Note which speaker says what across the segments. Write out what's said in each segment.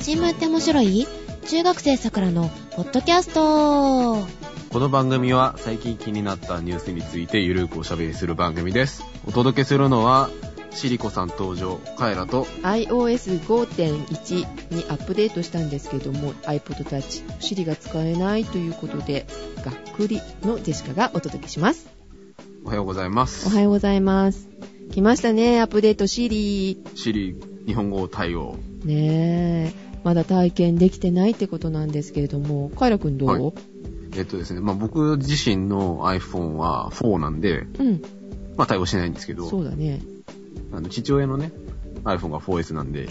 Speaker 1: 新聞って面白い中学生さくらのポッドキャスト
Speaker 2: この番組は最近気になったニュースについてゆるくおしゃべりする番組です。お届けするのは、シリコさん登場、カエラと、
Speaker 3: iOS5.1 にアップデートしたんですけども iPod Touch、Siri が使えないということで、がっくりのジェシカがお届けします。
Speaker 2: おはようございま
Speaker 3: お
Speaker 2: す。
Speaker 3: はようございます。来ましたね、アップデート Siri。
Speaker 2: シリ、日本語対応。
Speaker 3: ねえ、まだ体験できてないってことなんですけれども、カイラくんどう、
Speaker 2: はいえっとですね、まあ僕自身の iPhone は4なんで、
Speaker 3: うん、
Speaker 2: まあ対応してないんですけど、
Speaker 3: そうだね。
Speaker 2: あの父親のね、iPhone が 4S なんで、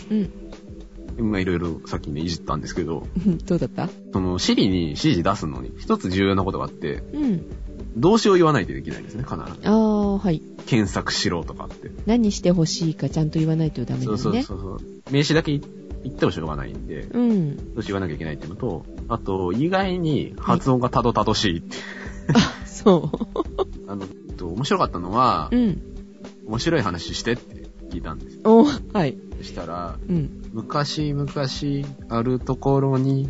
Speaker 3: うん、
Speaker 2: まあいろいろさっきね、いじったんですけど、
Speaker 3: どうだった
Speaker 2: その、シリに指示出すのに、一つ重要なことがあって、
Speaker 3: うん。
Speaker 2: 動詞を言わないとできないんですね、必ず。
Speaker 3: あー、はい。
Speaker 2: 検索しろとかって。
Speaker 3: 何してほしいかちゃんと言わないとダメだ
Speaker 2: そ
Speaker 3: よ
Speaker 2: う
Speaker 3: ね。
Speaker 2: そうそうそう。名詞だけ言ってもしょうがないんで、
Speaker 3: うん。
Speaker 2: どうしようがなきゃいけないっていうのと、あと、意外に発音がたどたどしいって、
Speaker 3: そ
Speaker 2: あの、えっと面白かったのは
Speaker 3: う。う、ん。
Speaker 2: 面白い話してって聞いたんです。
Speaker 3: おー、はい。
Speaker 2: そしたら、
Speaker 3: うん。
Speaker 2: 昔々あるところに、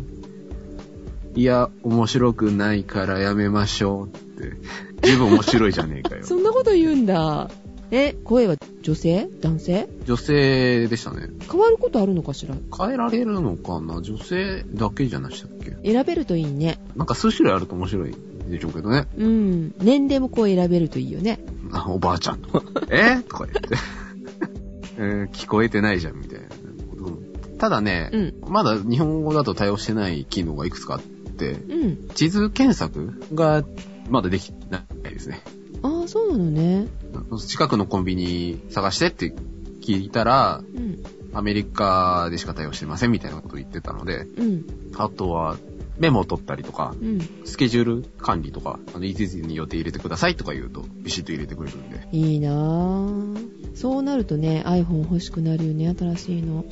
Speaker 2: いや、面白くないからやめましょうって、十分面白いじゃねえかよ。
Speaker 3: そんなこと言うんだ。え、声は女性男性
Speaker 2: 女性でしたね。
Speaker 3: 変わることあるのかしら
Speaker 2: 変えられるのかな女性だけじゃなしたっけ
Speaker 3: 選べるといいね。
Speaker 2: なんか数種類あると面白いでしょうけどね。
Speaker 3: うん。年齢もこう選べるといいよね。
Speaker 2: あ、おばあちゃん とか。えーとか言って。えー聞こえて ないじゃん、みたいなこと。ただね、
Speaker 3: うん。
Speaker 2: まだ日本語だと対応してない機能がいくつかあって、
Speaker 3: うん。
Speaker 2: 地図検索がまだできないですね。
Speaker 3: ああ、そうなのね。
Speaker 2: 近くのコンビニ探してって聞いたら、
Speaker 3: うん。
Speaker 2: アメリカでしか対応してませんみたいなことを言ってたので、
Speaker 3: うん。
Speaker 2: あとはメモを取ったりとか、
Speaker 3: うん。
Speaker 2: スケジュール管理とか、あの、いついつに予定入れてくださいとか言うと、ビシッと入れてくれるんで、
Speaker 3: いいなぁ。そうなるとね、iPhone 欲しくなるよね、新しいの。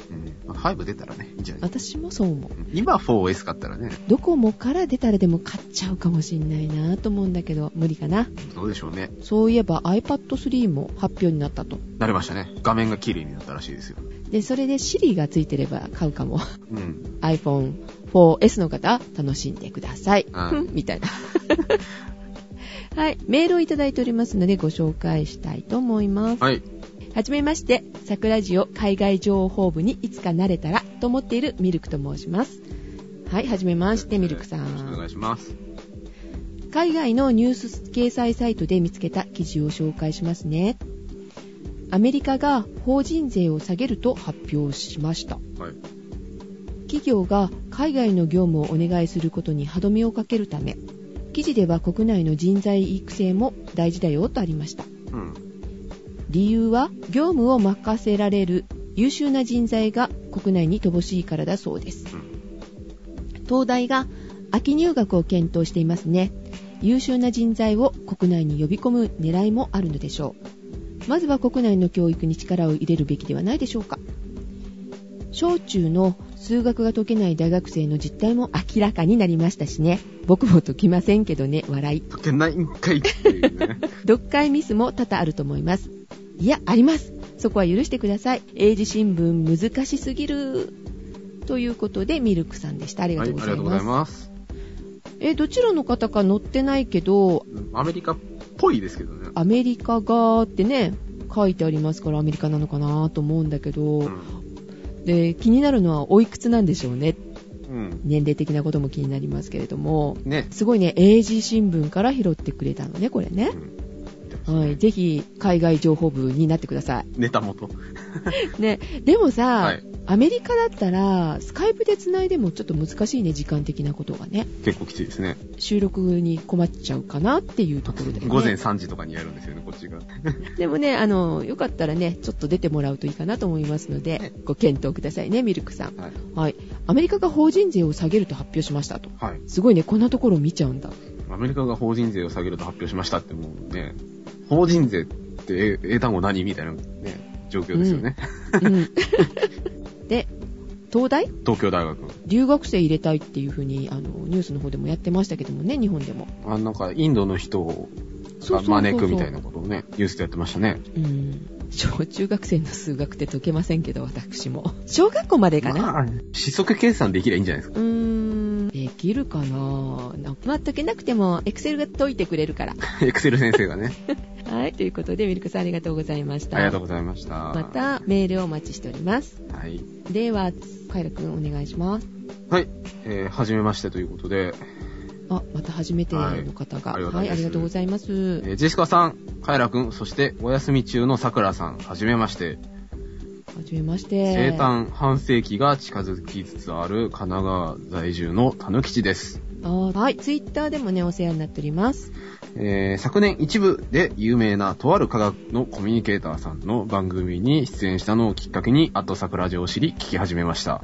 Speaker 2: うん。まあ5出たらね、いいんじゃない
Speaker 3: 私もそう思う。
Speaker 2: 今 4S 買ったらね、
Speaker 3: ドコモから出たらでも買っちゃうかもしんないなぁと思うんだけど、無理かな。
Speaker 2: どうでしょうね。
Speaker 3: そういえば iPad 3も発表になったと。
Speaker 2: 慣れましたね。画面が綺麗になったらしいですよ。
Speaker 3: で、それで Siri がついてれば買うかも。
Speaker 2: うん。
Speaker 3: iPhone4S の方、楽しんでください。
Speaker 2: うん
Speaker 3: ふん みたいな。はい。メールをいただいておりますので、ご紹介したいと思います。
Speaker 2: はい。
Speaker 3: はじめまして、桜ジオ海外情報部にいつか慣れたらと思っているミルクと申します。はい、はじめまして、ミルクさ
Speaker 2: よろしくお願
Speaker 3: ん。
Speaker 2: いします。
Speaker 3: 海外のニュース掲載サイトで見つけた記事を紹介しますね。アメリカが法人税を下げると発表しました。
Speaker 2: はい。
Speaker 3: 企業が海外の業務をお願いすることに歯止めをかけるため記事では国内の人材育成も大事だよとありました
Speaker 2: うん。
Speaker 3: 理由は業務を任せられる優秀な人材が国内に乏しいからだそうです
Speaker 2: うん。
Speaker 3: 東大が秋入学を検討していますね優秀な人材を国内に呼び込む狙いもあるのでしょうまずは国内の教育に力を入れるべきではないでしょうか小中の数学が解けない大学生の実態も明らかになりましたしね僕も解きませんけどね笑い
Speaker 2: 解けないんかいっていうね。
Speaker 3: 読解ミスも多々あると思いますいやありますそこは許してください英字新聞難しすぎるということでミルクさんで したありが
Speaker 2: はい、あ
Speaker 3: と
Speaker 2: り
Speaker 3: うご
Speaker 2: が
Speaker 3: ざ
Speaker 2: と
Speaker 3: いう
Speaker 2: ござ
Speaker 3: ま
Speaker 2: いま
Speaker 3: す
Speaker 2: す。
Speaker 3: えどちらの方か載ってないけど
Speaker 2: アメリカっぽいですけどね。
Speaker 3: アメリカがってね書いてありますからアメリカなのかなと思うんだけど、
Speaker 2: うん。
Speaker 3: で気になるのはおいくつなんでしょうね
Speaker 2: うん。
Speaker 3: 年齢的なことも気になりますけれども
Speaker 2: ね。
Speaker 3: すごいね英字新聞から拾ってくれたのねこれね
Speaker 2: う、ん。
Speaker 3: はい、ぜひ海外情報部になってくださ
Speaker 2: ネタ元。
Speaker 3: い、ね、でもさ、
Speaker 2: はい。
Speaker 3: アメリカだったらスカイプでつないでもちょっと難しいね時間的なことがね
Speaker 2: 結構きついですね。
Speaker 3: 収録に困っちゃうかなっていうところで、ね、
Speaker 2: 午前3時とかにやるんですよね、こっちが。
Speaker 3: でもね、あの、よかったらね、ちょっと出てもらうといいかなと思いますので、ご検討くださいね、ミルクさん。
Speaker 2: はい。
Speaker 3: はい。アメリカが法人税を下げると発表しましたと。
Speaker 2: はい。
Speaker 3: すごいね、こんなところを見ちゃうんだ。
Speaker 2: アメリカが法人税を下げると発表しましたってもうね、法人税って英単語何みたいなね、状況ですよね。
Speaker 3: うん。で、東大
Speaker 2: 東京大学。
Speaker 3: 留学生入れたいっていうふうに、あの、ニュースの方でもやってましたけどもね、日本でも。
Speaker 2: あなんかインドの人を
Speaker 3: そうそうそうそう
Speaker 2: 招くみたいなことをね、ニュースでやってましたね。
Speaker 3: うん。小中学生の数学って解けませんけど、私も。小学校までかな、
Speaker 2: まあ、四則計算できりゃいいんじゃないですか。
Speaker 3: うーん、できるかななんかまあ、解けなくても、エクセルが解いてくれるから。
Speaker 2: エクセル先生がね。
Speaker 3: はい、ということで、ミルクさんありがとうございま
Speaker 2: あ
Speaker 3: した。
Speaker 2: りがとうございました。
Speaker 3: また、メールをお待ちしております。
Speaker 2: はい。
Speaker 3: では、カイラくんお願いします。
Speaker 2: はい。えー、はじめましてということで、
Speaker 3: あ、また初めての方が。
Speaker 2: はい
Speaker 3: はい、あ
Speaker 2: あり
Speaker 3: りが
Speaker 2: が
Speaker 3: と
Speaker 2: と
Speaker 3: う
Speaker 2: う
Speaker 3: ご
Speaker 2: ご
Speaker 3: ざ
Speaker 2: ざ
Speaker 3: います。
Speaker 2: えージェシカさん、カエラくん、そしてお休み中のさくらさん、はじめまして。
Speaker 3: はじめまして。
Speaker 2: 生誕半世紀が近づきつつある神奈川在住のたぬきちです。
Speaker 3: あはい、ツイッターでもね、お世話になっております。
Speaker 2: えー昨年一部で有名なとある科学のコミュニケーターさんの番組に出演したのをきっかけに、あと桜城を知り聞き始めました。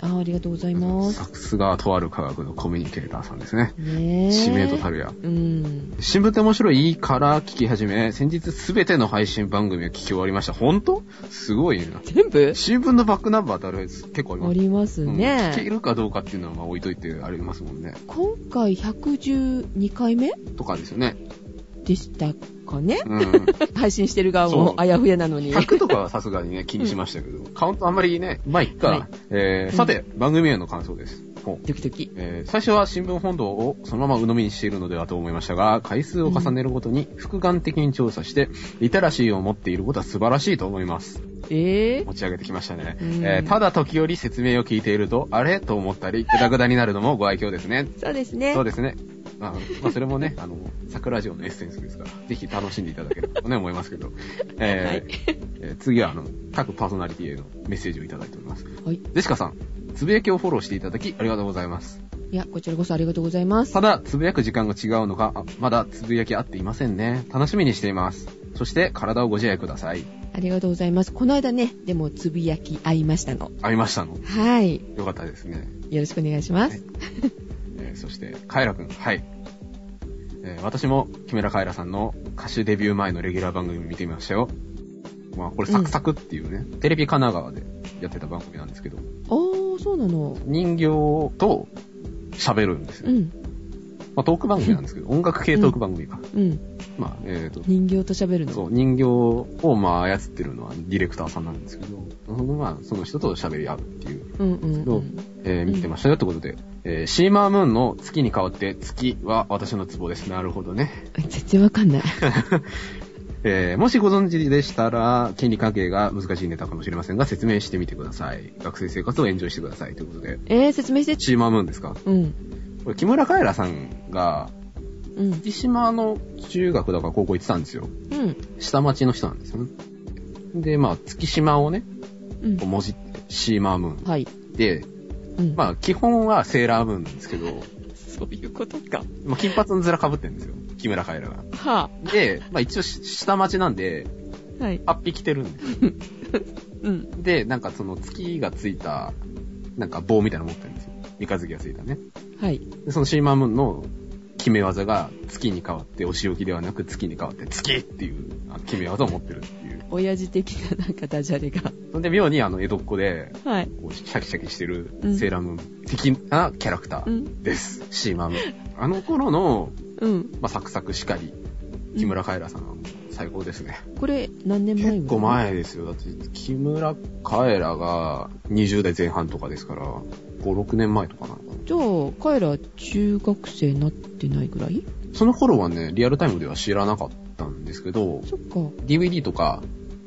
Speaker 3: あありがとうございます。
Speaker 2: さすがとある科学のコミュニケーターさんですね。
Speaker 3: ねえ。
Speaker 2: 知名度たるや。
Speaker 3: うん。
Speaker 2: 新聞って面白いから聞き始め、先日すべての配信番組を聞き終わりました。ほんとすごいな。
Speaker 3: 全部
Speaker 2: 新聞のバックナンバーってあれ結構あり
Speaker 3: あ
Speaker 2: ます。
Speaker 3: ります
Speaker 2: うん聞け
Speaker 3: ね。
Speaker 2: るかどうかっていうのはまあ置いといてありますもんね。
Speaker 3: 今回112回目
Speaker 2: とかですよね。
Speaker 3: でしたかね
Speaker 2: うん。
Speaker 3: 配信してる側も
Speaker 2: そう
Speaker 3: あやふやなのに。
Speaker 2: 100とかはさすがにね、気にしましたけど、カウントあんまりね、まあ、いっか。
Speaker 3: はい
Speaker 2: えー、さて、番組への感想です。ほう
Speaker 3: ドキドキ。
Speaker 2: えー最初は新聞本堂をそのまま鵜呑みにしているのではと思いましたが、回数を重ねるごとに複眼的に調査して、リテラシーを持っていることは素晴らしいと思います。
Speaker 3: え
Speaker 2: 持ち上げてきましたね。
Speaker 3: うん
Speaker 2: えーただ時折説明を聞いていると、あれと思ったり、グダグダになるのもご愛嬌ですね。
Speaker 3: ー、そうですね。
Speaker 2: そうですね。まあ、まあ、それもね、あの、桜城のエッセンスですから、ぜひ楽しんでいただければとね、思いますけ ど。えーえー次は、あの、各パーソナリティへのメッセージをいただいております。
Speaker 3: はい
Speaker 2: ジェシカさん、つぶやきをフォローしていただき、ありがとうございます。
Speaker 3: いや、こちらこそありがとうございます。
Speaker 2: ただ、つぶやく時間が違うのか、あまだつぶやき合っていませんね。楽しみにしています。そして、体をご自愛ください。
Speaker 3: ありがとうございます。この間ね、でもつぶやき合いましたの。
Speaker 2: ありましたの
Speaker 3: はい。
Speaker 2: よかったですね。
Speaker 3: よろしくお願いします。
Speaker 2: えーそして、カエラくん、はい。えー私も、木村カエラさんの歌手デビュー前のレギュラー番組見てみましたよ。まあ、これサクサクっていうね、テレビ神奈川でやってた番組なんですけど、
Speaker 3: あー、そうなの。
Speaker 2: 人形と喋るんです
Speaker 3: う
Speaker 2: よ。
Speaker 3: ん、
Speaker 2: まあ、トーク番組なんですけど、音楽系トーク番組か。
Speaker 3: うん。
Speaker 2: まあ、えっ、と、
Speaker 3: 人形と喋るの。
Speaker 2: そう、人形をまあ操ってるのはディレクターさんなんですけど、そのまあ、その人と喋り合うっていう
Speaker 3: うんうん、う。
Speaker 2: どうんえー見てましたよってことで、えーシーマームーンの月に代わって月は私のツボです。なるほどね。
Speaker 3: 全然わかんない。
Speaker 2: えーもしご存知でしたら、権利関係が難しいネタかもしれませんが、説明してみてください。学生生活をエンジョイしてください。ということで、
Speaker 3: えー、説明してち。
Speaker 2: シーマームーンですか
Speaker 3: うん。
Speaker 2: これ、木村カエラさんが、
Speaker 3: うん。
Speaker 2: 月島の中学だか高校行ってたんですよ。
Speaker 3: うん。
Speaker 2: 下町の人なんですよね。で、まあ、月島をね、
Speaker 3: うん
Speaker 2: こう。文字って、シーマームーン。
Speaker 3: はい。
Speaker 2: で、
Speaker 3: うん。
Speaker 2: まあ、基本はセーラームーンなんですけど、
Speaker 3: そういうことか。
Speaker 2: まあ、金髪の面被ってるんですよ。木村カエラが。
Speaker 3: は
Speaker 2: で、まあ一応し下町なんで、
Speaker 3: あ。はい。
Speaker 2: 8匹着てるんです。
Speaker 3: うん。
Speaker 2: で、なんかその月がついた、なんか棒みたいなの持ってるんですよ。三日月がついたね。
Speaker 3: はい。
Speaker 2: で、そのシーマームーンの決め技が月に変わって、お仕置きではなく月に変わって、月っていうあの決め技を持ってるっていう。
Speaker 3: 親父的ななんかダジャレが。
Speaker 2: そんで妙にあの江戸っ子で、
Speaker 3: はい。
Speaker 2: こうシャキシャキしてる
Speaker 3: うん
Speaker 2: セーラームーン的なキャラクタ
Speaker 3: う
Speaker 2: ー
Speaker 3: ん。
Speaker 2: です。シーマームーン。あの頃の、
Speaker 3: うん。
Speaker 2: まあ、サクサクしかり、木村カエラさんはもう最高ですね。
Speaker 3: これ、何年前
Speaker 2: 結構。前ですよ。だって、木村カエラが20代前半とかですから、5、6年前とかなのかな。
Speaker 3: じゃあ、彼ら中学生になってないぐらい
Speaker 2: その頃はね、リアルタイムでは知らなかったんですけど、
Speaker 3: そっか。
Speaker 2: DVD とか、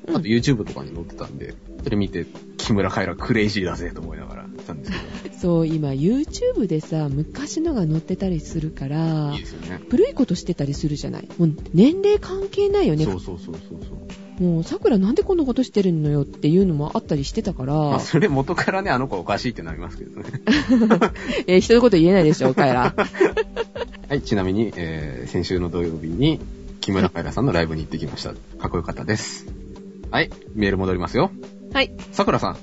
Speaker 2: あ
Speaker 3: う
Speaker 2: と
Speaker 3: ん。
Speaker 2: YouTube とかに載ってたんで、それ見て、木村カエラクレイジーだぜと思いながら、たんですけ
Speaker 3: そう、今 YouTube でさ、昔のが載ってたりするか
Speaker 2: ど、
Speaker 3: ら
Speaker 2: いい、ですよね。
Speaker 3: 古いことしてたりするじゃないもう年齢関係ないよね。
Speaker 2: そうそうそうそうそう。
Speaker 3: もう、桜なんでこんなことしてるのよっていうのもあったりしてたから、
Speaker 2: まあ、それ元からね、あの子はおかしいってなりますけどね。
Speaker 3: えー人のこと言えないでしょ、彼ら。
Speaker 2: はい、ちなみに、えー、先週の土曜日に、木村カエラさんのライブに行ってきました。かっこよかったです。はい、メール戻りますよ。
Speaker 3: はい。
Speaker 2: 桜さん、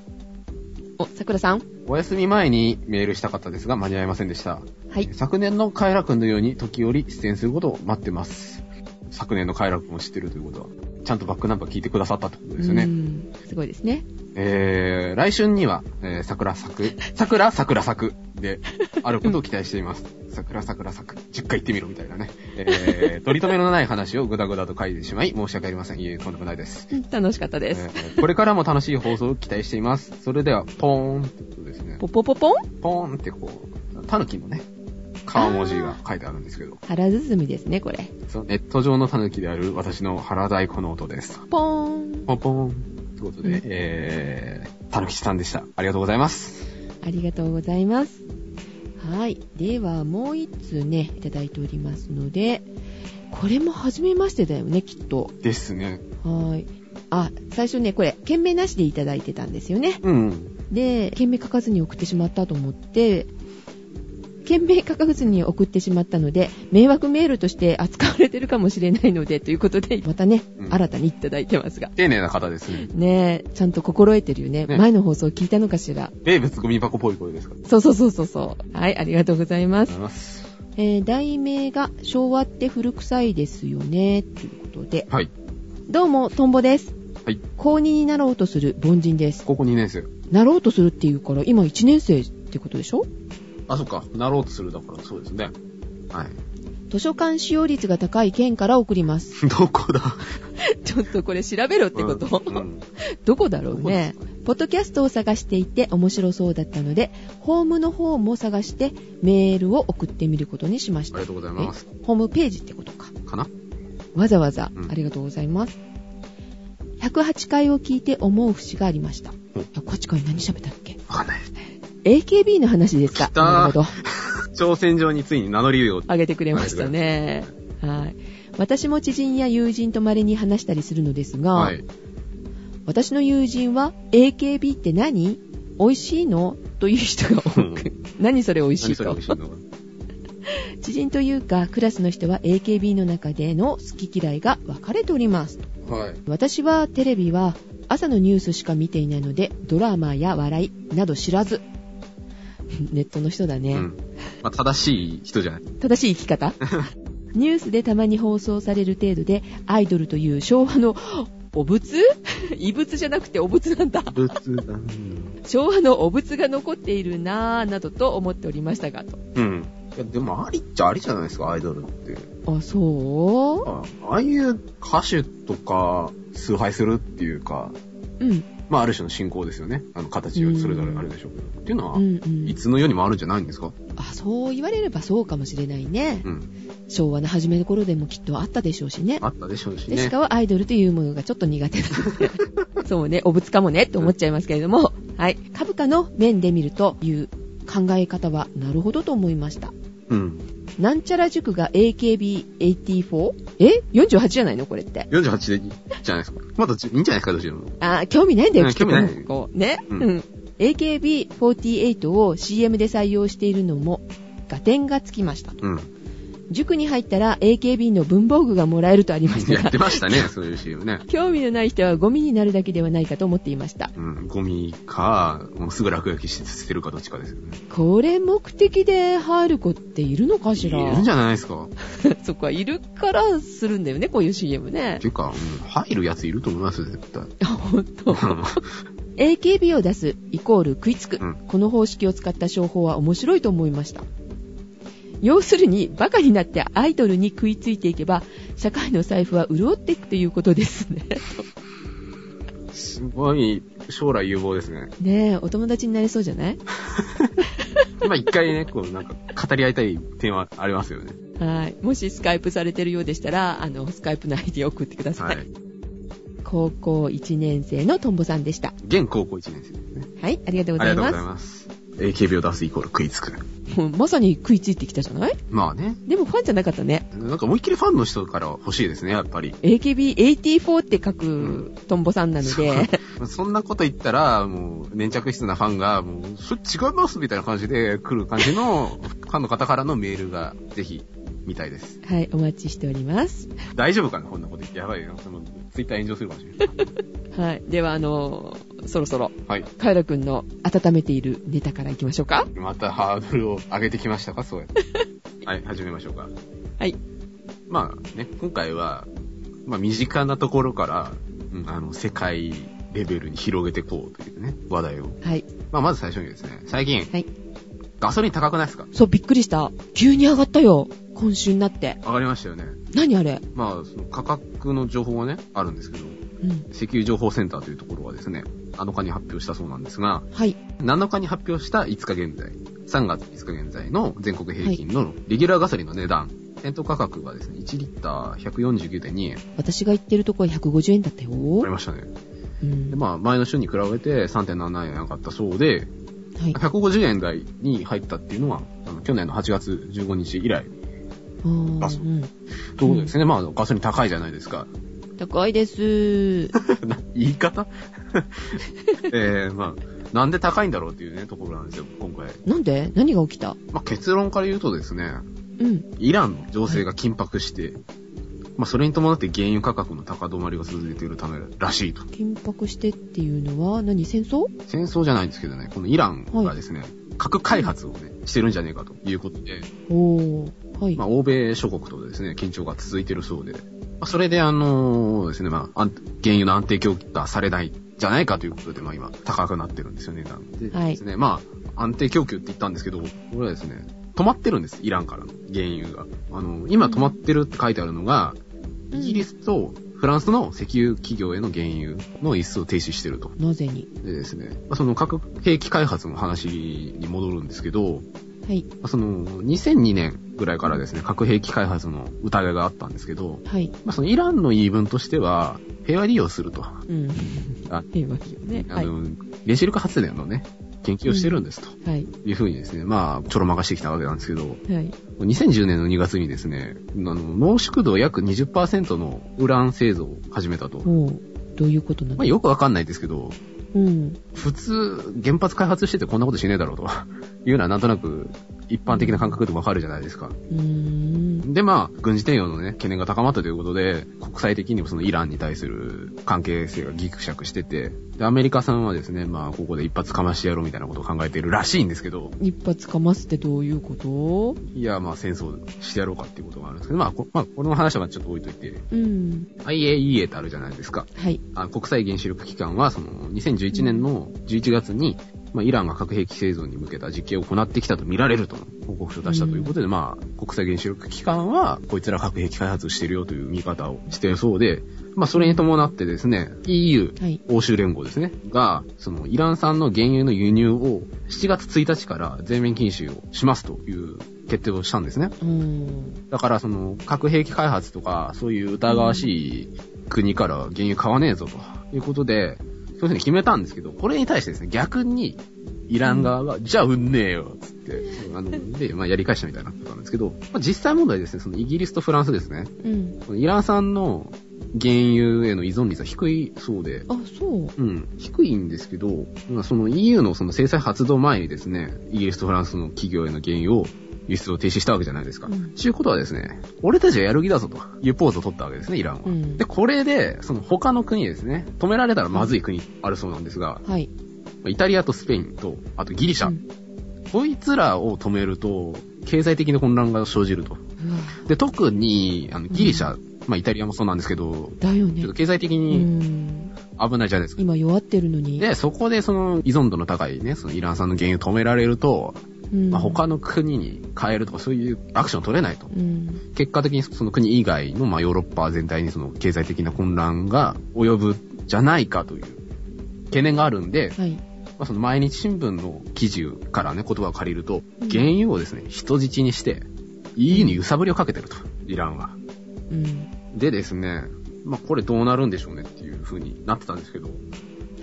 Speaker 3: お、桜さん。
Speaker 2: お休み前にメールしたかったですが間に合いませんでした。
Speaker 3: はい。
Speaker 2: 昨年のカエラくんのように時折出演することを待ってます。昨年のカエラくんを知ってるということは、ちゃんとバックナンバー聞いてくださったってことですよ
Speaker 3: う
Speaker 2: ね。
Speaker 3: んすごいですね。
Speaker 2: ええー、来春には、えー、桜咲く、桜桜咲くで、あることを期待しています。桜桜咲く、10回言ってみろみたいなね。えー、取り留めのない話をぐだぐだと書いてしまい、申し訳ありません。いえ、とんでもないです。
Speaker 3: 楽しかった
Speaker 2: え
Speaker 3: です。
Speaker 2: ーこれからも楽しい放送を期待しています。それでは、ポーンってことですね。
Speaker 3: ポポポポン
Speaker 2: ポーンってこう、タヌキのね、顔文字が書いてあるんですけど、
Speaker 3: 腹ずずみですね、これ。
Speaker 2: そのネット上のタヌキである私の腹太鼓の音です。
Speaker 3: ポーン。
Speaker 2: ポンポンということで、えー、たぬきちさんでした。ありがとうございます。
Speaker 3: ありがとうございます。はい。では、もう一通ね、いただいておりますので、これも初めましてだよね、きっと。
Speaker 2: ですね。
Speaker 3: はい。あ、最初ね、これ、件名なしでいただいてたんですよね。
Speaker 2: うんうん。
Speaker 3: で、件名書かずに送ってしまったと思って、件名書かずに送ってしまったので、迷惑メールとして扱われてるかもしれないので、ということで、またね、
Speaker 2: うん
Speaker 3: 新たにいただいてますが。
Speaker 2: 丁寧な方ですね。
Speaker 3: ねえ、ちゃんと心得てるよね。
Speaker 2: ね
Speaker 3: 前の放送聞いたのかしら。
Speaker 2: 名物ゴミ箱っぽい声ですから。あ
Speaker 3: そうそうそうそうそう。はい、ありがとうございま
Speaker 2: りがとうござい
Speaker 3: す。
Speaker 2: ます。
Speaker 3: えー、題名が昭和って古臭いですよね、ということで。
Speaker 2: はい。
Speaker 3: どうも、トンボです。
Speaker 2: はい。
Speaker 3: 高2になろうとする凡人です。
Speaker 2: 高校2年生。
Speaker 3: なろうとするっていうから、今1年生ってことでしょ
Speaker 2: あ、そっか。なろうとするだから、そうですね。はい。
Speaker 3: 図書館使用率が高い県から送ります。
Speaker 2: どこだ
Speaker 3: ちょっとこれ調べろってこと、
Speaker 2: うんうん
Speaker 3: どこだろうね
Speaker 2: どこです
Speaker 3: ポッドキャストを探していて面白そうだったので、ホームの方も探してメールを送ってみることにしまし
Speaker 2: あ
Speaker 3: た
Speaker 2: りが。とうございます。
Speaker 3: ホームページってことか。
Speaker 2: かな
Speaker 3: わざわざ、
Speaker 2: うん
Speaker 3: ありがとうございます。108回を聞いて思う節がありました。
Speaker 2: お
Speaker 3: 108回何喋ったっけ
Speaker 2: わかんない。
Speaker 3: ?AKB の話ですか
Speaker 2: 来たー
Speaker 3: なるほど。
Speaker 2: 挑戦状についに名乗りを。
Speaker 3: あげてくれましたね。はい。私も知人や友人と稀に話したりするのですが、
Speaker 2: はい。
Speaker 3: 私の友人は AKB って何美味しいのという人が多
Speaker 2: うん
Speaker 3: く、何それ美味し
Speaker 2: 何
Speaker 3: い
Speaker 2: それ
Speaker 3: と
Speaker 2: 美味しいの
Speaker 3: 知人というかクラスの人は AKB の中での好き嫌いが分かれております
Speaker 2: はい。
Speaker 3: 私はテレビは朝のニュースしか見ていないのでドラマや笑いなど知らず ネットの人だね、
Speaker 2: うん。まあ、正しい人じゃない。
Speaker 3: 正しい生き 方ニュースでたまに放送される程度でアイドルという昭和のお仏異物じゃなくてお仏なんだ
Speaker 2: 仏壇。
Speaker 3: 昭和のお仏が残っているなぁなどと思っておりましたがと
Speaker 2: うん。いや、でもありっちゃありじゃないですか、アイドルって。
Speaker 3: あそ
Speaker 2: あああいう歌手とか、崇拝するっていうか、
Speaker 3: ううん
Speaker 2: まあ、ある種の信仰ですよね。あの、形をそれぞれあるでしょうけど。っていうのは、
Speaker 3: うんうん
Speaker 2: いつの世にもあるんじゃないんですか
Speaker 3: あそう言われればそうかもしれないね
Speaker 2: うん。
Speaker 3: 昭和の初めの頃でもきっとあったでしょうしね
Speaker 2: あったでしょうし
Speaker 3: でし
Speaker 2: ね。
Speaker 3: かはアイドルというものがちょっと苦手 なのでそうねお仏かもねって思っちゃいますけれども、はい株価の面で見るという考え方はなるほどと思いました
Speaker 2: うん。
Speaker 3: なんちゃら塾が AKB84 え48じゃないのこれって
Speaker 2: 48でいいじゃないですか。まだちいいんじゃないですか、どっちでも。
Speaker 3: あー興味ないんだよ、
Speaker 2: うん
Speaker 3: きっと
Speaker 2: 興味ない
Speaker 3: こうね、う
Speaker 2: うんん
Speaker 3: AKB48 を CM で採用しているのも、合点がつきましたと。
Speaker 2: うん。
Speaker 3: 塾に入ったら AKB の文房具がもらえるとありまし た
Speaker 2: やっ
Speaker 3: が
Speaker 2: て、ましたね、そういう CM ね。
Speaker 3: 興味のない人はゴミになるだけではないかと思っていました。
Speaker 2: うん。ゴミか、もうすぐ落書きして捨てるかどっちかですよね。
Speaker 3: これ目的で入る子っているのかし
Speaker 2: い
Speaker 3: ら
Speaker 2: るんじゃないですか。
Speaker 3: そっか、いるからするんだよね、こういう CM ね
Speaker 2: って。いうか、うん入るやついると思いますよ、絶 対。
Speaker 3: あ、ほんと。
Speaker 2: う
Speaker 3: AKB を出すイコール食いつく、
Speaker 2: うん
Speaker 3: この方式を使った商法は面白いと思いました要するにバカになってアイドルに食いついていけば社会の財布は潤っていくということです ね
Speaker 2: んすごい、将来有望ですね。
Speaker 3: ねえお友達になれそうじゃない
Speaker 2: 今一回ね、こう、なんか、語り合いたい点はありますよね。
Speaker 3: はいもしスカイプされてるようでしたらあのスカイプの ID を送ってくださ、
Speaker 2: はいい。
Speaker 3: 高校1年生のトンボさんでした
Speaker 2: 現高校1年生ですね。
Speaker 3: はいありがとうご
Speaker 2: あ
Speaker 3: ざ
Speaker 2: り
Speaker 3: い
Speaker 2: がとう
Speaker 3: ま
Speaker 2: ご
Speaker 3: す
Speaker 2: ざいます。AKB を出すイコール食いつく。
Speaker 3: もうまさに食いついてきたじゃない
Speaker 2: まあね。
Speaker 3: でもファンじゃなかったね
Speaker 2: なんか思いっきりファンの人から欲しいですね、やっぱり。
Speaker 3: AKB84 って書
Speaker 2: う
Speaker 3: くトンボさんなので、
Speaker 2: そう そんなこと言ったら、もう、粘着質なファンが、もう、それ違いますみたいな感じで来る感じの、ファンの方からのメールが、ぜひ、見たいです。
Speaker 3: はい、お待ちしております。
Speaker 2: 大丈夫かなこんなこと言って。やばいよ。その、ツイッター炎上するかもしれない。
Speaker 3: はい、では、あのーそろそろ、
Speaker 2: はい。
Speaker 3: カイラくんの温めているネタからいきましょうか。
Speaker 2: またハードルを上げてきましたかそうや って。はい、始めましょうか。
Speaker 3: はい。
Speaker 2: まあね、今回は、まあ身近なところから、うんあの、世界レベルに広げてこうというね、話題を。
Speaker 3: はい。
Speaker 2: まあ、まず最初にですね、最近、
Speaker 3: はい。
Speaker 2: ガソリン高くないですか
Speaker 3: そう、びっくりした。急に上がったよ。今週になって。
Speaker 2: 上がりましたよね。
Speaker 3: 何あれ
Speaker 2: まあ、その価格の情報はね、あるんですけど、
Speaker 3: うん。
Speaker 2: 石油情報センターというところはですね、7日に発表したそうなんですが、
Speaker 3: はい。
Speaker 2: 7日に発表した5日現在、3月5日現在の全国平均のレギュラーガソリンの値段、店頭価格がですね、1リッター149.2円。
Speaker 3: 私が行ってるとこは150円だったよ。
Speaker 2: ありましたね。
Speaker 3: うん
Speaker 2: で、まあ、前の週に比べて3.7円上がったそうで、
Speaker 3: はい。
Speaker 2: 150円台に入ったっていうのは、あの去年の8月15日以来、
Speaker 3: あー
Speaker 2: あそう
Speaker 3: うん。
Speaker 2: ということですね。まあ、ガソリン高いじゃないですか。
Speaker 3: 高い です。
Speaker 2: な言い方 えー、まあ、なんで高いんだろうっていうね、ところなんですよ、今回。
Speaker 3: なんで何が起きた
Speaker 2: まあ、結論から言うとですね、
Speaker 3: うん。
Speaker 2: イランの情勢が緊迫して、まあ、それに伴って原油価格の高止まりが続いているためらしいと。
Speaker 3: 緊迫してっていうのは、何戦争
Speaker 2: 戦争じゃないんですけどね、このイランがですね、核開発をね、してるんじゃねえかということで、
Speaker 3: おー。はい。
Speaker 2: まあ、欧米諸国とですね、緊張が続いてるそうで、まあ、それであのですね、まあ、安原油の安定供給がされないんじゃないかということで、まあ今、高くなってるんですよね、なんで
Speaker 3: はい
Speaker 2: ですね、まあ、安定供給って言ったんですけど、これはですね、止まってるんです、イランからの原油が。あの、今止まってるって書いてあるのが、
Speaker 3: うん
Speaker 2: イギリスとフランスの石油企業への原油の輸出を停止してると。
Speaker 3: なぜに
Speaker 2: でですね、まあその核兵器開発の話に戻るんですけど、
Speaker 3: はい。
Speaker 2: まあその、2002年ぐらいからですね、核兵器開発の疑いがあったんですけど、
Speaker 3: はい。
Speaker 2: まあ、そのイランの言い分としては、平和利用すると。あ
Speaker 3: うん。
Speaker 2: あ
Speaker 3: っていうわけよね。はい。
Speaker 2: の、原子力発電のね、研究をしてるんですと
Speaker 3: はい。
Speaker 2: いうふうにですね、まあ、ちょろまかしてきたわけなんですけど、
Speaker 3: はい。
Speaker 2: 2010年の2月にですね、あの濃縮度約20%のウラン製造を始めたと。
Speaker 3: おー。どういうことなの
Speaker 2: まあ、よくわかんないですけど、
Speaker 3: うん。
Speaker 2: 普通、原発開発しててこんなことしねえだろうというのはなんとなく一般的な感覚でわかるじゃないですか。
Speaker 3: うーん。
Speaker 2: で、まあ、軍事転用のね、懸念が高まったということで、国際的にもそのイランに対する関係性がギクシャクしてて、で、アメリカさんはですね、まあ、ここで一発かましてやろうみたいなことを考えているらしいんですけど、
Speaker 3: 一発かますってどういうこと
Speaker 2: いや、まあ、戦争してやろうかっていうことがあるんですけど、まあ、こ,、まあ、この話はちょっと置いといて、
Speaker 3: うん。
Speaker 2: IAEA ってあるじゃないですか。
Speaker 3: はい。
Speaker 2: あ国際原子力機関は、その、2011年の11月に、まあ、イランが核兵器製造に向けた実験を行ってきたと見られるとの報告書を出したということで、まあ、国際原子力機関は、こいつら核兵器開発してるよという見方をしているそうで、まあ、それに伴ってですね、EU、
Speaker 3: はい。
Speaker 2: 欧州連合ですね、が、その、イラン産の原油の輸入を7月1日から全面禁止をしますという決定をしたんですね。
Speaker 3: うーん。
Speaker 2: だから、その、核兵器開発とか、そういう疑わしい国から原油買わねえぞということで、そういうふうに決めたんですけど、これに対してですね、逆に、イラン側が、じゃあ売んねえよ、つって、あの、で、まあ、やり返したみたいなことなんですけど、まあ、実際問題ですね、そのイギリスとフランスですね、
Speaker 3: うん。
Speaker 2: イラン産の原油への依存率は低いそうで、
Speaker 3: あ、そ
Speaker 2: う
Speaker 3: う。
Speaker 2: ん、低いんですけど、まあその EU のその制裁発動前にですね、イギリスとフランスの企業への原油を輸出を停止したわけじゃないですか。
Speaker 3: うん
Speaker 2: ということはですね、俺たちはやる気だぞというポーズを取ったわけですね、イランは。
Speaker 3: うん
Speaker 2: で、これで、その他の国ですね、止められたらまずい国あるそうなんですが、
Speaker 3: はい。
Speaker 2: イタリアとスペインと、あとギリシャ、
Speaker 3: うん
Speaker 2: こいつらを止めると、経済的な混乱が生じると。
Speaker 3: うわ
Speaker 2: で、特に、あのギリシャ、まあイタリアもそうなんですけど、
Speaker 3: だよ
Speaker 2: ち
Speaker 3: ね
Speaker 2: ょっと。経済的
Speaker 3: う
Speaker 2: に
Speaker 3: ん。
Speaker 2: 危ないじゃないですか。
Speaker 3: 今弱ってるのに。
Speaker 2: で、そこでその依存度の高いね、そのイラン産の原油を止められると、
Speaker 3: うん、
Speaker 2: まあ、他の国に変えるとかそういうアクションを取れないと。
Speaker 3: うん。
Speaker 2: 結果的にその国以外の、まあ、ヨーロッパ全体にその経済的な混乱が及ぶじゃないかという懸念があるんで、
Speaker 3: はい。
Speaker 2: まあ、その毎日新聞の記事からね、言葉を借りると
Speaker 3: うん、
Speaker 2: 原油をですね、人質にして、EU に揺さぶりをかけてると、イランは。
Speaker 3: うん。
Speaker 2: でですね、まあ、これどうなるんでしょうねっていう風になってたんですけど、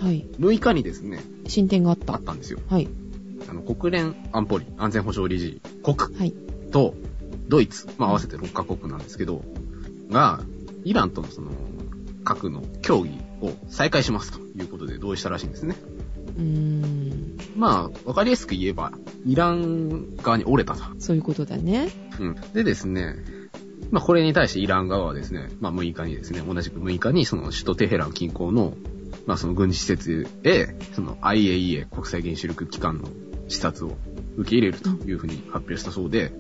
Speaker 3: はい。
Speaker 2: 6日にですね、
Speaker 3: 進展があっ
Speaker 2: あ
Speaker 3: た
Speaker 2: っ。たんですよ。
Speaker 3: はい。
Speaker 2: あの、国連安保理、安全保障理事国
Speaker 3: はい。
Speaker 2: とドイツ、まあ合わせて6カ国なんですけど、が、イランとのその、核の協議を再開しますということで同意したらしいんですね。
Speaker 3: うーん。
Speaker 2: まあ、わかりやすく言えば、イラン側に折れたと。
Speaker 3: そういうことだね。
Speaker 2: うん。でですね、まあこれに対してイラン側はですね、まあ6日にですね、同じく6日にその首都テヘラン近郊の、まあその軍事施設へ、その IAEA 国際原子力機関の視察を受け入れるというふうに発表したそうで、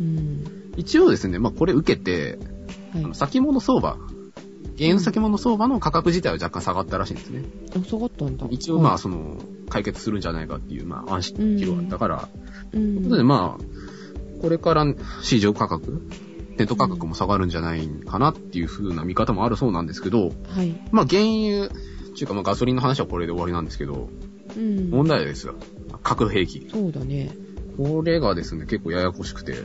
Speaker 3: うん。
Speaker 2: 一応ですね、まあこれ受けて、
Speaker 3: は
Speaker 2: あ
Speaker 3: い
Speaker 2: の。先物相場、原油先物相場の価格自体は若干下がったらしいんですね。
Speaker 3: あ下がったんだ
Speaker 2: 一応まあ、その、解決するんじゃないかっていう、まあ、安心広がったから、
Speaker 3: う
Speaker 2: というんことでまあ、これから市場価格、ネット価格も下がるんじゃないかなっていう風な見方もあるそうなんですけど、
Speaker 3: はい
Speaker 2: まあ、原油、っていうかまあ、ガソリンの話はこれで終わりなんですけど、
Speaker 3: うん
Speaker 2: 問題ですよ。核兵器。
Speaker 3: そうだね
Speaker 2: これがですね、結構ややこしくて、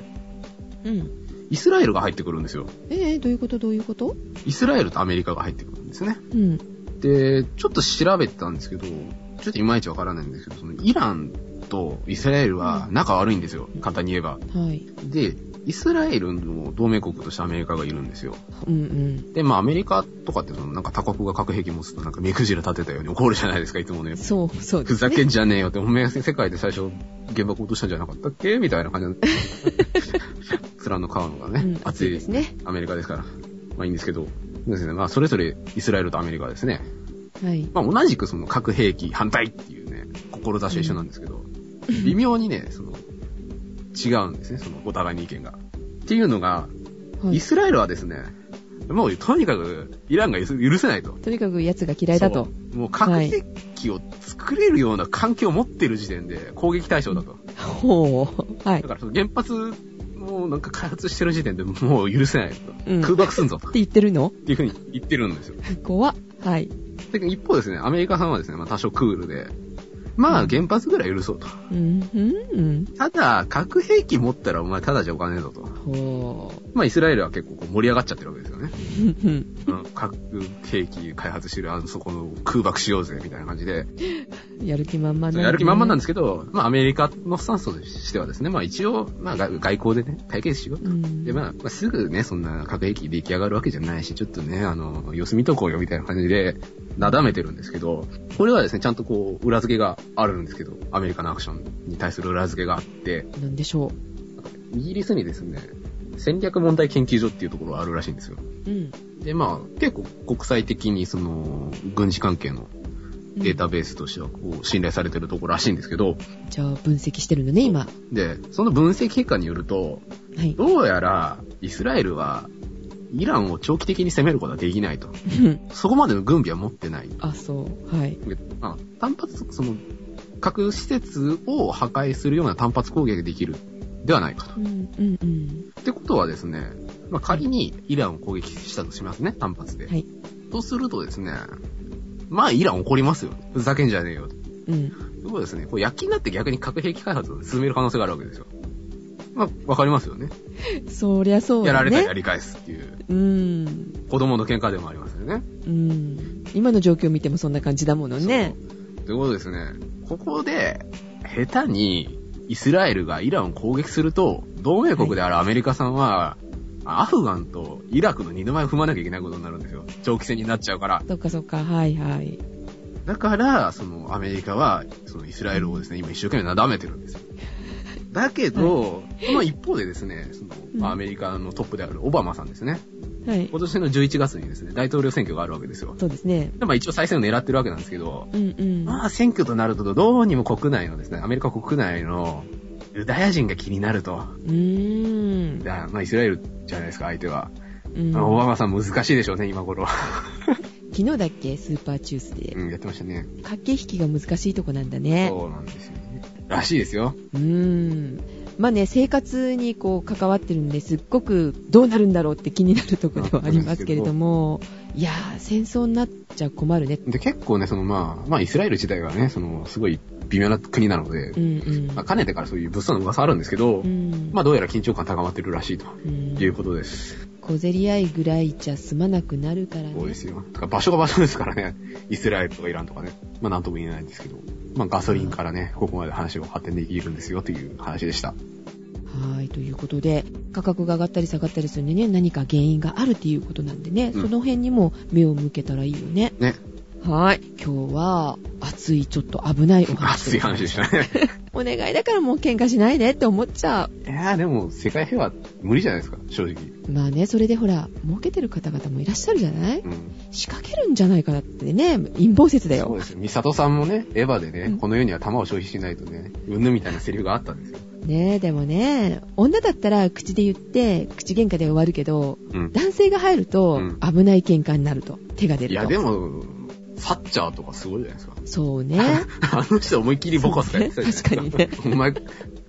Speaker 3: うん
Speaker 2: イスラエルが入ってくるんですよ。
Speaker 3: えー、どういうことどういうこと
Speaker 2: イスラエルとアメリカが入ってくるんですね。
Speaker 3: うん
Speaker 2: で、ちょっと調べてたんですけど、ちょっといまいちわからないんですけど、そのイランとイスラエルは仲悪いんですよ。簡単に言えば。
Speaker 3: はい
Speaker 2: で、イスラエルの同盟国としてアメリカがいるんですよ。
Speaker 3: うん
Speaker 2: で、まあアメリカとかってそのなんか他国が核兵器持つとなんか目くじら立てたように怒るじゃないですか、いつもね
Speaker 3: うん。そうそうで
Speaker 2: ふ
Speaker 3: す
Speaker 2: ざ
Speaker 3: ね
Speaker 2: けんじゃねえよって、おめえ世界で最初原爆落としたんじゃなかったっけみたいな 感じなんで面の皮のがね、
Speaker 3: うん
Speaker 2: 熱
Speaker 3: 熱
Speaker 2: い
Speaker 3: いですね
Speaker 2: アメリカですから。まあいいんですけど。ですね。まあそれぞれイスラエルとアメリカはですね。
Speaker 3: はい
Speaker 2: まあ同じくその核兵器反対っていうね、志は一緒なんですけど、微妙にね、その、違うんですね、そのお互いに意見が。っていうのが、
Speaker 3: は
Speaker 2: イ
Speaker 3: い
Speaker 2: スラエルはですね、もうとにかくイランが許せないと。
Speaker 3: とにかく奴が嫌いだと
Speaker 2: そうもう核兵器を作れるような環境を持ってる時点で攻撃対象だと。
Speaker 3: ほうはい
Speaker 2: だからその原発をなんか開発してる時点でもう許せないと。
Speaker 3: うん
Speaker 2: 空爆すんぞと。
Speaker 3: って言ってるの
Speaker 2: っていうふうに言ってるんですよ。
Speaker 3: 怖っはい
Speaker 2: で一方ですね、アメリカさんはですね、まあ多少クールで、まあ原発ぐらい許そうと。
Speaker 3: うんうん
Speaker 2: ただ、核兵器持ったらお前ただじゃおかねえぞと。
Speaker 3: うんほ
Speaker 2: まあイスラエルは結構こう盛り上がっちゃってるわけですよね。
Speaker 3: うふん
Speaker 2: うん核兵器開発してるあのそこの空爆しようぜみたいな感じで、
Speaker 3: ふんやる気満々なんだね
Speaker 2: やる気満々なんですけど、まあアメリカのスタンスとしてはですね、まあ一応、まあ外外交でね、解決しようと。
Speaker 3: うん
Speaker 2: で、まあ、まあすぐね、そんな核兵器出来上がるわけじゃないし、ちょっとね、あの、様子見とこうよみたいな感じで、なだめてるんですけど、これはですね、ちゃんとこう、裏付けがあるんですけど、アメリカのアクションに対する裏付けがあって、
Speaker 3: なんでしょ
Speaker 2: イギリスにですね、戦略問題研究所っていうところがあるらしいんですよ。
Speaker 3: ううん
Speaker 2: で、まあ、結構国際的にその、軍事関係のデータベースとしては、こう、信頼されてるところらしいんですけど、
Speaker 3: じゃあ分析してるのね今は
Speaker 2: で、その分析結果によると、
Speaker 3: い
Speaker 2: どうやら、イスラエルは、イランを長期的に攻めることはできないと。
Speaker 3: うん
Speaker 2: そこまでの軍備は持ってない。
Speaker 3: あそうはい
Speaker 2: でまあ、単発、その、核施設を破壊するような単発攻撃ができるではないかと。
Speaker 3: うんうんうん
Speaker 2: ってことはですね、まあ、仮にイランを攻撃したとしますね、単発で。
Speaker 3: はい
Speaker 2: とするとですね、まあイラン怒りますよ。ふざけんじゃねえよ。という
Speaker 3: うん
Speaker 2: ことですね、こう躍起になって逆に核兵器開発を進める可能性があるわけですよ。まあ、わかりますよね。
Speaker 3: そりゃそうだね
Speaker 2: やられたらやり返すっていう、
Speaker 3: うん
Speaker 2: 子供の喧嘩でもありますよね。
Speaker 3: うん今の状況見てもそんな感じだものね
Speaker 2: ということですね。ここで、下手にイスラエルがイランを攻撃すると、同盟国であるアメリカさんは、アフガンとイラクの二の前を踏まなきゃいけないことになるんですよ。長期戦になっちゃうから。
Speaker 3: そっかそっかはいはい
Speaker 2: だから、そのアメリカは、そのイスラエルをですね、今一生懸命なだめてるんですよ。だけど、この一方でですね、その
Speaker 3: うん
Speaker 2: まあアメリカのトップであるオバマさんですね、
Speaker 3: はい
Speaker 2: 今年の11月にですね、大統領選挙があるわけですよ。
Speaker 3: そうですね
Speaker 2: でまあ一応再選を狙ってるわけなんですけど、
Speaker 3: うんうん
Speaker 2: まあ選挙となると、どうにも国内のですね、アメリカ国内のユダヤ人が気になると。
Speaker 3: うーん
Speaker 2: だまあイスラエルじゃないですか、相手は。
Speaker 3: うん
Speaker 2: オバマさん難しいでしょうね、今 頃。
Speaker 3: 昨日だっけスーパーチュースで
Speaker 2: うん、やってましたね。
Speaker 3: 駆け引きが難しいとこなんだね
Speaker 2: そうなんですよね。らしいですよ。
Speaker 3: うーんまあね生活にこう関わってるんですっごくどうなるんだろうって気になるところではありますけれどもいやー戦争になっちゃ困るね
Speaker 2: で、結構ね、そのまあ、まあ、イスラエル自体がね、その、すごい微妙な国なので、
Speaker 3: うんうん
Speaker 2: まあ、かねてからそういう物騒な噂あるんですけど、
Speaker 3: うん
Speaker 2: まあ、どうやら緊張感高まってるらしいと
Speaker 3: うん
Speaker 2: いうことです。
Speaker 3: 小競り合いぐらいじゃ済まなくなるから
Speaker 2: そうで
Speaker 3: ね
Speaker 2: すよ。だから場所が場所ですからね、イスラエルとかイランとかね、まあ、なんとも言えないんですけど、まあ、ガソリンからね、ここまで話を発展できるんですよという話でした。
Speaker 3: はいということで価格が上がったり下がったりするんでね何か原因があるっていうことなんでね、
Speaker 2: うん
Speaker 3: その辺にも目を向けたらいいよね
Speaker 2: ね。
Speaker 3: はい今日は熱いちょっと危ないお話
Speaker 2: 熱い話でしたね。
Speaker 3: お願いだからもう喧嘩しないでって思っちゃ
Speaker 2: い
Speaker 3: う
Speaker 2: やーでも、世界平和無理じゃないですか、正直。
Speaker 3: まあね、それでほら、儲けてる方々もいらっしゃるじゃない
Speaker 2: うん。
Speaker 3: 仕掛けるんじゃないかなってね、陰謀説だ
Speaker 2: そう
Speaker 3: よ。
Speaker 2: ですよ。ミサトさんもね、エヴァでね、
Speaker 3: うん
Speaker 2: この世には弾を消費しないとね、うんぬみたいなセリフがあったんですよ。
Speaker 3: ねえ、でもね、女だったら口で言って、口喧嘩で終わるけど、
Speaker 2: うん。
Speaker 3: 男性が入ると
Speaker 2: うん
Speaker 3: 危ない喧嘩になると。手が出ると。
Speaker 2: いや、でも、サッチャーとかすごいじゃないですか。
Speaker 3: そうね。
Speaker 2: あの人思いっきりボコスカやってたじゃないですか。
Speaker 3: そうね 確か
Speaker 2: に ね。お前、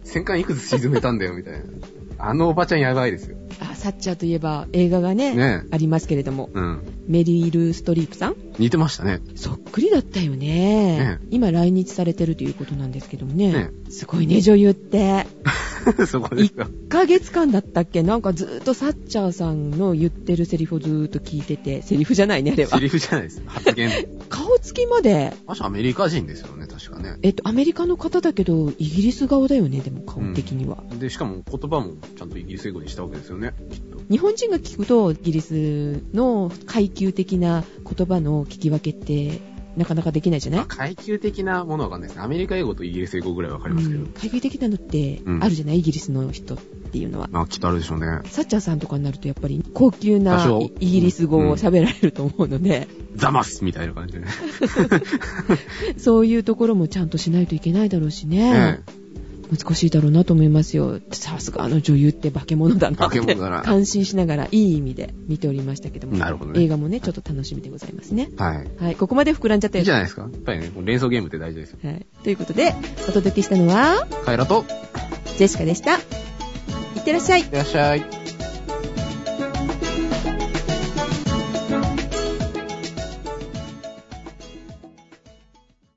Speaker 2: 戦艦いくつ沈めたんだよ、みたいな。あのおばちゃんやばいですよ。
Speaker 3: あサッチャーといえば映画がね、
Speaker 2: ね
Speaker 3: ありますけれども、
Speaker 2: うん。
Speaker 3: メリール・ストリープさん
Speaker 2: 似てましたね。
Speaker 3: そっくりだったよね
Speaker 2: ね
Speaker 3: 今来日されてるということなんですけどもね。
Speaker 2: ね
Speaker 3: すごいね、女優って。
Speaker 2: そこですか。
Speaker 3: 1ヶ月間だったっけなんかずーっとサッチャーさんの言ってるセリフをずーっと聞いてて、セリフじゃないね、あれは
Speaker 2: セ。リフじゃないです。発言。
Speaker 3: 顔つきまで、
Speaker 2: あしアメリカ人ですよね、確かね。
Speaker 3: えっと、アメリカの方だけど、イギリス顔だよね、でも顔的には。
Speaker 2: で、しかも言葉もちゃんとイギリス英語にしたわけですよね、きっと。
Speaker 3: 日本人が聞くと、イギリスの階級的な言葉の聞き分けって、なかなかできないじゃない
Speaker 2: まあ階級的なものはわかんないですね。アメリカ英語とイギリス英語ぐらいわかりますけど。
Speaker 3: うん階級的なのって
Speaker 2: う、ん
Speaker 3: あるじゃない、イギリスの人っていうのは。
Speaker 2: まあ、きっとあるでしょうね。
Speaker 3: サッチャーさんとかになると、やっぱり高級な
Speaker 2: 多少
Speaker 3: イイギリス語を喋られると思うので、
Speaker 2: ザマスみたいな感じでね。
Speaker 3: そういうところもちゃんとしないといけないだろうしね
Speaker 2: ね。
Speaker 3: 難しいだろうなと思いますよ。さすがあの女優って化け物だなっ
Speaker 2: 化け
Speaker 3: て
Speaker 2: 物 だな
Speaker 3: 感心しながらいい意味で見ておりましたけども。
Speaker 2: なるほどね
Speaker 3: 映画もね、ちょっと楽しみでございますね。
Speaker 2: はい。
Speaker 3: はい、ここまで膨らんじゃった
Speaker 2: いい
Speaker 3: よ。
Speaker 2: じゃないですか。やっぱりね、連想ゲームって大事ですよ。
Speaker 3: はい、ということで、お届けしたのは、
Speaker 2: カエラと、
Speaker 3: ジェシカでした。いってらっしゃい。
Speaker 2: いらっしゃい。